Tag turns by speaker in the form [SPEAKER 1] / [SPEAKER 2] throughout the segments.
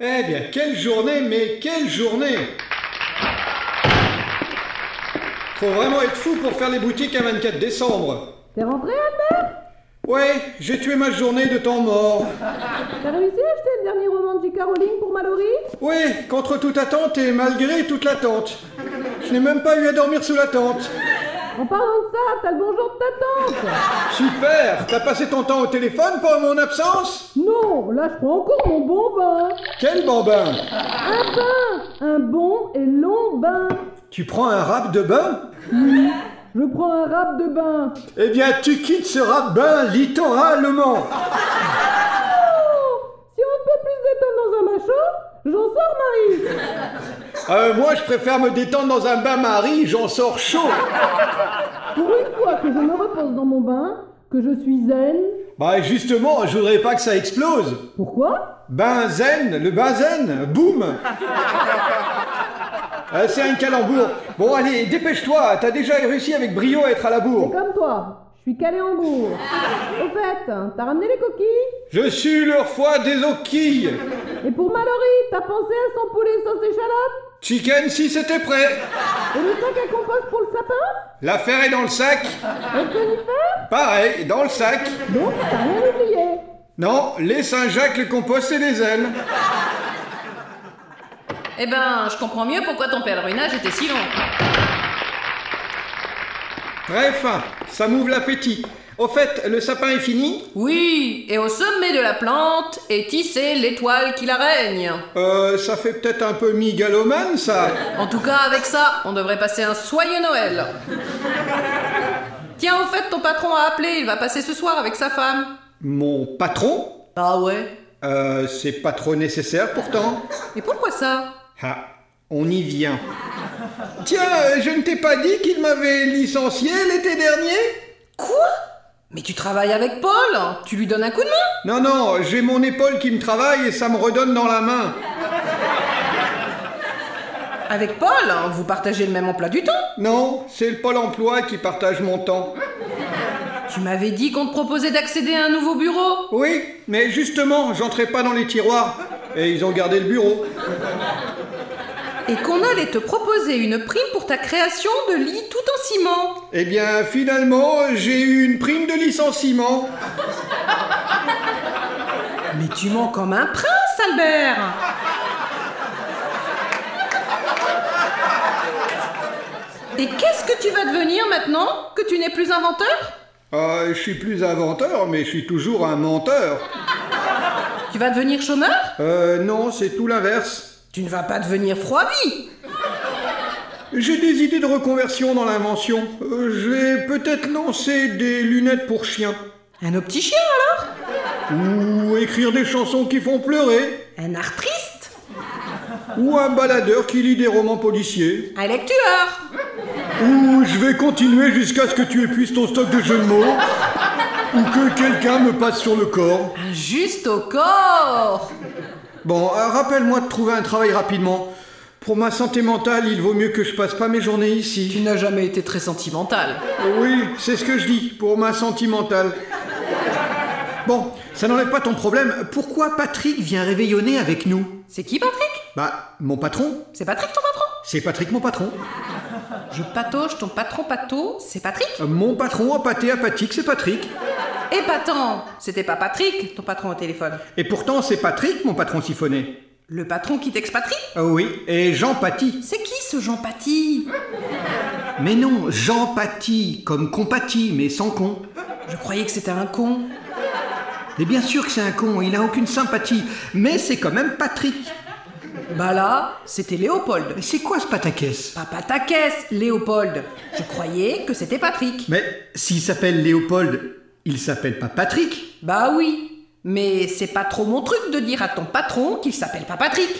[SPEAKER 1] Eh bien, quelle journée, mais quelle journée Faut vraiment être fou pour faire les boutiques un 24 décembre.
[SPEAKER 2] T'es rentré, Albert
[SPEAKER 1] Ouais, j'ai tué ma journée de temps mort.
[SPEAKER 2] T'as réussi à acheter le dernier roman de J. Caroline pour Mallory
[SPEAKER 1] Ouais, contre toute attente et malgré toute l'attente. Je n'ai même pas eu à dormir sous la tente.
[SPEAKER 2] En parlant de ça, t'as le bonjour de ta tante
[SPEAKER 1] Super T'as passé ton temps au téléphone pendant mon absence
[SPEAKER 2] Non, là je prends encore mon bon bain
[SPEAKER 1] Quel bambin
[SPEAKER 2] Un bain Un bon et long bain
[SPEAKER 1] Tu prends un rap de bain
[SPEAKER 2] Je prends un rap de bain
[SPEAKER 1] Eh bien, tu quittes ce rap bain littoralement
[SPEAKER 2] Oh Si on ne peut plus se détendre dans un machin, j'en sors, Marie
[SPEAKER 1] Euh, moi, je préfère me détendre dans un bain-marie, j'en sors chaud
[SPEAKER 2] Pour une fois que je me repose dans mon bain, que je suis zen...
[SPEAKER 1] Bah, justement, je voudrais pas que ça explose
[SPEAKER 2] Pourquoi
[SPEAKER 1] Ben zen, le bain zen, boum Euh, C'est un calembour Bon, allez, dépêche-toi, t'as déjà réussi avec brio à être à la bourre
[SPEAKER 2] Comme toi, je suis calé en bourre Au fait, t'as ramené les coquilles
[SPEAKER 1] Je suis leur foi des oquilles
[SPEAKER 2] Et pour Mallory, t'as pensé à son poulet sauce échalote
[SPEAKER 1] Chicken, si c'était prêt
[SPEAKER 2] Et le sac à compost pour le sapin
[SPEAKER 1] L'affaire est dans le sac
[SPEAKER 2] Et le conifère
[SPEAKER 1] Pareil, dans le sac
[SPEAKER 2] Donc, t'as rien oublié
[SPEAKER 1] Non, les Saint-Jacques, le compost et les ailes
[SPEAKER 3] Eh ben, je comprends mieux pourquoi ton pèlerinage était si long.
[SPEAKER 1] Très fin, ça m'ouvre l'appétit Au fait, le sapin est fini
[SPEAKER 3] Oui, et au sommet de la plante est tissée l'étoile qui la règne.
[SPEAKER 1] Euh, ça fait peut-être un peu migalomane, ça
[SPEAKER 3] En tout cas, avec ça, on devrait passer un soyeux Noël. Tiens, au fait, ton patron a appelé, il va passer ce soir avec sa femme.
[SPEAKER 1] Mon patron
[SPEAKER 3] Ah ouais
[SPEAKER 1] Euh, c'est pas trop nécessaire pourtant.
[SPEAKER 3] Mais pourquoi ça
[SPEAKER 1] Ah, on y vient. Tiens, euh, je ne t'ai pas dit qu'il m'avait licencié l'été dernier
[SPEAKER 3] Quoi Mais tu travailles avec Paul Tu lui donnes un coup de
[SPEAKER 1] Non,
[SPEAKER 3] main
[SPEAKER 1] non, j'ai mon épaule qui me travaille et ça me redonne dans la main.
[SPEAKER 3] Avec Paul, vous partagez le même emploi du temps
[SPEAKER 1] Non, c'est le Pôle emploi qui partage mon temps.
[SPEAKER 3] Tu m'avais dit qu'on te proposait d'accéder à un nouveau bureau.
[SPEAKER 1] Oui, mais justement, j'entrais pas dans les tiroirs. Et ils ont gardé le bureau.
[SPEAKER 3] Et qu'on allait te proposer une prime pour ta création de lit tout en ciment.
[SPEAKER 1] Eh bien, finalement, j'ai eu une prime de licenciement.
[SPEAKER 3] Mais tu mens comme un prince, Albert Et qu'est-ce que tu vas devenir maintenant que tu n'es plus inventeur
[SPEAKER 1] Euh, je suis plus inventeur, mais je suis toujours un menteur.
[SPEAKER 3] Tu vas devenir chômeur
[SPEAKER 1] Euh, non, c'est tout l'inverse.
[SPEAKER 3] Tu ne vas pas devenir froidi
[SPEAKER 1] J'ai des idées de reconversion dans l'invention. Euh, je vais peut-être lancer des lunettes pour chiens.
[SPEAKER 3] Un petit chien alors
[SPEAKER 1] Ou écrire des chansons qui font pleurer.
[SPEAKER 3] Un artiste
[SPEAKER 1] Ou un baladeur qui lit des romans policiers.
[SPEAKER 3] Un lecteur
[SPEAKER 1] Ou je vais continuer jusqu'à ce que tu épuises ton stock de jeux de mots. Ou que quelqu'un me passe sur le corps.
[SPEAKER 3] Un juste au corps
[SPEAKER 1] Bon, euh, rappelle-moi de trouver un travail rapidement. Pour ma santé mentale, il vaut mieux que je passe pas mes journées ici.
[SPEAKER 3] Tu n'as jamais été très sentimental.
[SPEAKER 1] Oui, c'est ce que je dis, pour ma sentimentale. Bon, ça n'enlève pas ton problème. Pourquoi Patrick vient réveillonner avec nous
[SPEAKER 3] C'est qui Patrick
[SPEAKER 1] Bah, mon patron.
[SPEAKER 3] C'est Patrick ton patron
[SPEAKER 1] C'est Patrick, mon patron.
[SPEAKER 3] Je patoche ton patron pato, c'est Patrick
[SPEAKER 1] Euh, Mon patron pâté apathique, c'est Patrick.
[SPEAKER 3] Épatant Eh, C'était pas Patrick, ton patron au téléphone.
[SPEAKER 1] Et pourtant, c'est Patrick, mon patron siphonné.
[SPEAKER 3] Le patron qui t'expatrie
[SPEAKER 1] Ah oui, et Jean Paty.
[SPEAKER 3] C'est qui ce Jean Paty
[SPEAKER 1] Mais non, Jean Paty, comme compatit, mais sans con.
[SPEAKER 3] Je croyais que c'était un con.
[SPEAKER 1] Et bien sûr que c'est un con, il n'a aucune sympathie, mais c'est quand même Patrick.
[SPEAKER 3] Bah là, c'était Léopold.
[SPEAKER 1] Mais c'est quoi ce pataquès
[SPEAKER 3] Papa ta caisse, Léopold. Je croyais que c'était Patrick.
[SPEAKER 1] Mais s'il s'appelle Léopold, il s'appelle pas Patrick.
[SPEAKER 3] Bah oui. Mais c'est pas trop mon truc de dire à ton patron qu'il s'appelle pas Patrick.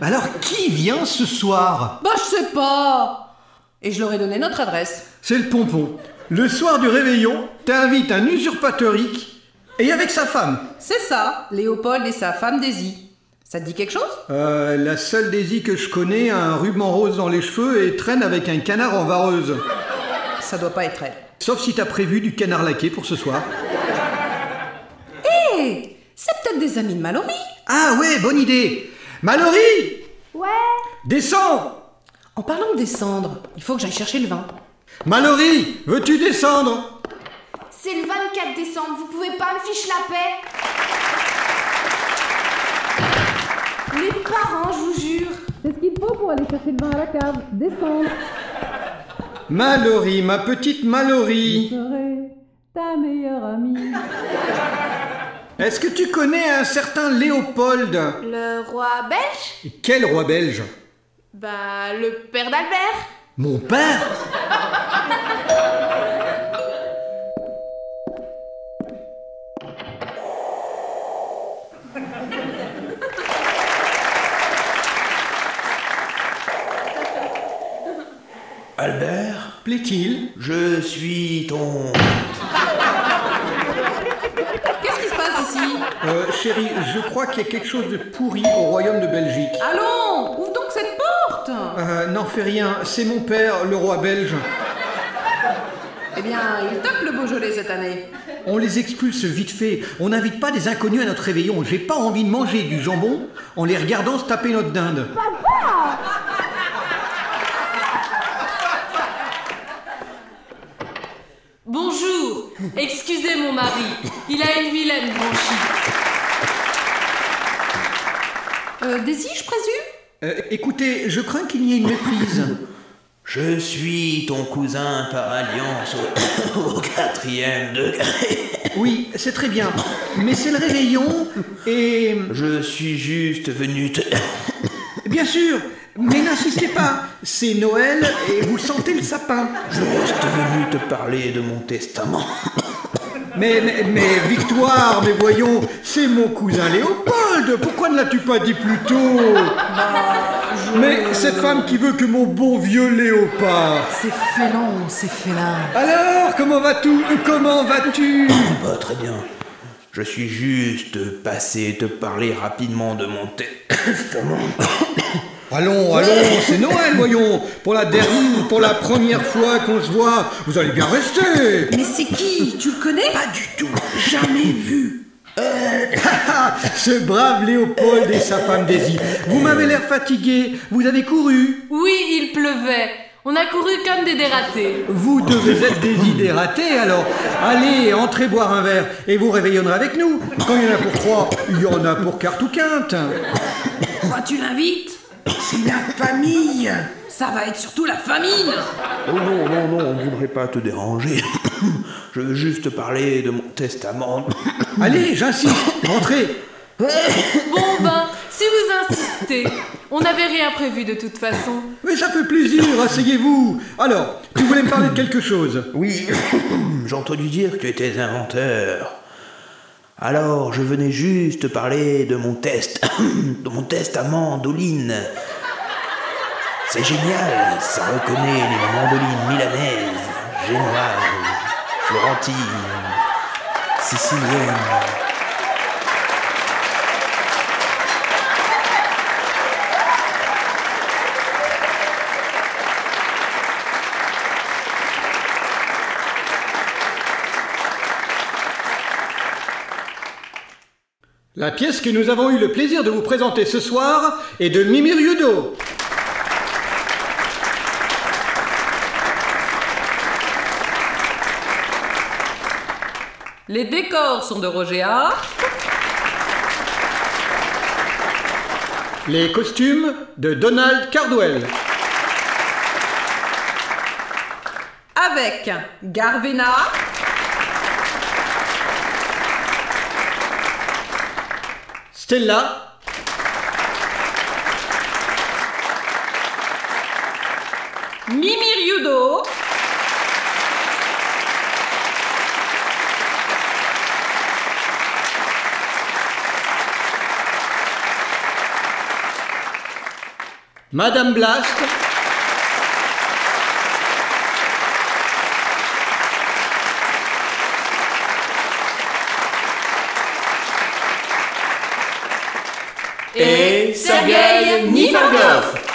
[SPEAKER 1] Bah Alors, qui vient ce soir
[SPEAKER 3] Bah je sais pas. Et je leur ai donné notre adresse.
[SPEAKER 1] C'est le pompon. Le soir du réveillon, t'invites un usurpateurique et avec sa femme.
[SPEAKER 3] C'est ça, Léopold et sa femme Daisy. Ça te dit quelque chose
[SPEAKER 1] Euh, la seule Daisy que je connais a un ruban rose dans les cheveux et traîne avec un canard en vareuse.
[SPEAKER 3] Ça doit pas être elle.
[SPEAKER 1] Sauf si t'as prévu du canard laqué pour ce soir.
[SPEAKER 3] Hé Eh, C'est peut-être des amis de Mallory
[SPEAKER 1] Ah ouais, bonne idée Mallory
[SPEAKER 4] Ouais
[SPEAKER 1] Descends
[SPEAKER 3] En parlant de descendre, il faut que j'aille chercher le vin.
[SPEAKER 1] Mallory, veux-tu descendre
[SPEAKER 4] C'est le 24 décembre, vous pouvez pas me fiche la paix Les parents, je vous jure
[SPEAKER 2] C'est ce qu'il faut pour aller chercher le vin à la cave. Descendre.
[SPEAKER 1] Mallory, ma petite
[SPEAKER 2] Je
[SPEAKER 1] Mallory,
[SPEAKER 2] serai ta meilleure amie.
[SPEAKER 1] est-ce que tu connais un certain Léopold
[SPEAKER 4] Le roi belge
[SPEAKER 1] Quel roi belge
[SPEAKER 4] Bah, le père d'Albert
[SPEAKER 1] Mon père
[SPEAKER 5] Albert,
[SPEAKER 1] Plaît-il
[SPEAKER 5] je suis ton...
[SPEAKER 3] Qu'est-ce qui se passe ici
[SPEAKER 1] Euh, chérie, je crois qu'il y a quelque chose de pourri au royaume de Belgique.
[SPEAKER 3] Allons, ouvre donc cette porte
[SPEAKER 1] Euh, n'en fais rien, c'est mon père, le roi belge.
[SPEAKER 3] Eh bien, il tape le Beaujolais cette année.
[SPEAKER 1] On les expulse vite fait. On n'invite pas des inconnus à notre réveillon. J'ai pas envie de manger du jambon en les regardant se taper notre dinde.
[SPEAKER 6] Bonjour, excusez mon mari, il a une vilaine bronchite.
[SPEAKER 3] Euh, Daisy, je présume
[SPEAKER 1] Euh, écoutez, je crains qu'il y ait une méprise.
[SPEAKER 5] Je suis ton cousin par alliance au, au quatrième degré.
[SPEAKER 1] Oui, c'est très bien. Mais c'est le réveillon et...
[SPEAKER 5] Je suis juste venu te...
[SPEAKER 1] Bien sûr, mais n'insistez pas. C'est Noël et vous sentez le sapin.
[SPEAKER 5] Juste venu te parler de mon testament.
[SPEAKER 1] Mais, mais, mais Victoire, mais voyons, c'est mon cousin Léopold. Pourquoi ne l'as-tu pas dit plus tôt Mais cette femme qui veut que mon bon vieux Léopard...
[SPEAKER 3] C'est félon, c'est félin.
[SPEAKER 1] Alors, comment vas-tu Comment vas-tu
[SPEAKER 5] Bah, très bien. Je suis juste passé te parler rapidement de mon testament.
[SPEAKER 1] Allons, allons, c'est Noël, voyons. Pour la dernière, pour la première fois qu'on se voit, vous allez bien rester.
[SPEAKER 3] Mais c'est qui Tu le connais Pas du tout.
[SPEAKER 5] Jamais vu.
[SPEAKER 1] Ah, Ce brave Léopold et sa femme Daisy. Vous m'avez l'air fatigué. Vous avez couru.
[SPEAKER 6] Oui, il pleuvait. On a couru comme des dératés.
[SPEAKER 1] Vous devez être déshydratée, alors. Allez, entrez boire un verre et vous réveillonnerez avec nous. Quand il y en a pour trois, il y en a pour quart ou quinte.
[SPEAKER 3] Pourquoi tu l'invites
[SPEAKER 1] C'est la famille.
[SPEAKER 3] Ça va être surtout la famine
[SPEAKER 5] Oh non, non, non, on voudrait pas te déranger. Je veux juste te parler de mon testament.
[SPEAKER 1] Allez, j'insiste. Entrez.
[SPEAKER 6] Bon ben, si vous insistez, on n'avait rien prévu de toute façon.
[SPEAKER 1] Mais ça fait plaisir, asseyez-vous. Alors, tu voulais me parler de quelque chose
[SPEAKER 5] Oui, j'ai entendu dire que tu étais inventeur. Alors, je venais juste te parler de mon test, de mon testament d'Oline. C'est génial, ça reconnaît les mandolines milanaises, génoises, florentines, siciliennes.
[SPEAKER 1] La pièce que nous avons eu le plaisir de vous présenter ce soir est de Mimi Riudo.
[SPEAKER 3] Les décors sont de Roger Hart.
[SPEAKER 1] Les costumes de Donald Cardwell.
[SPEAKER 3] avec Garvena,
[SPEAKER 1] Stella.
[SPEAKER 3] Mimi Ryudo,
[SPEAKER 1] Madame Blast.
[SPEAKER 6] Et
[SPEAKER 7] Sergueï Nifanov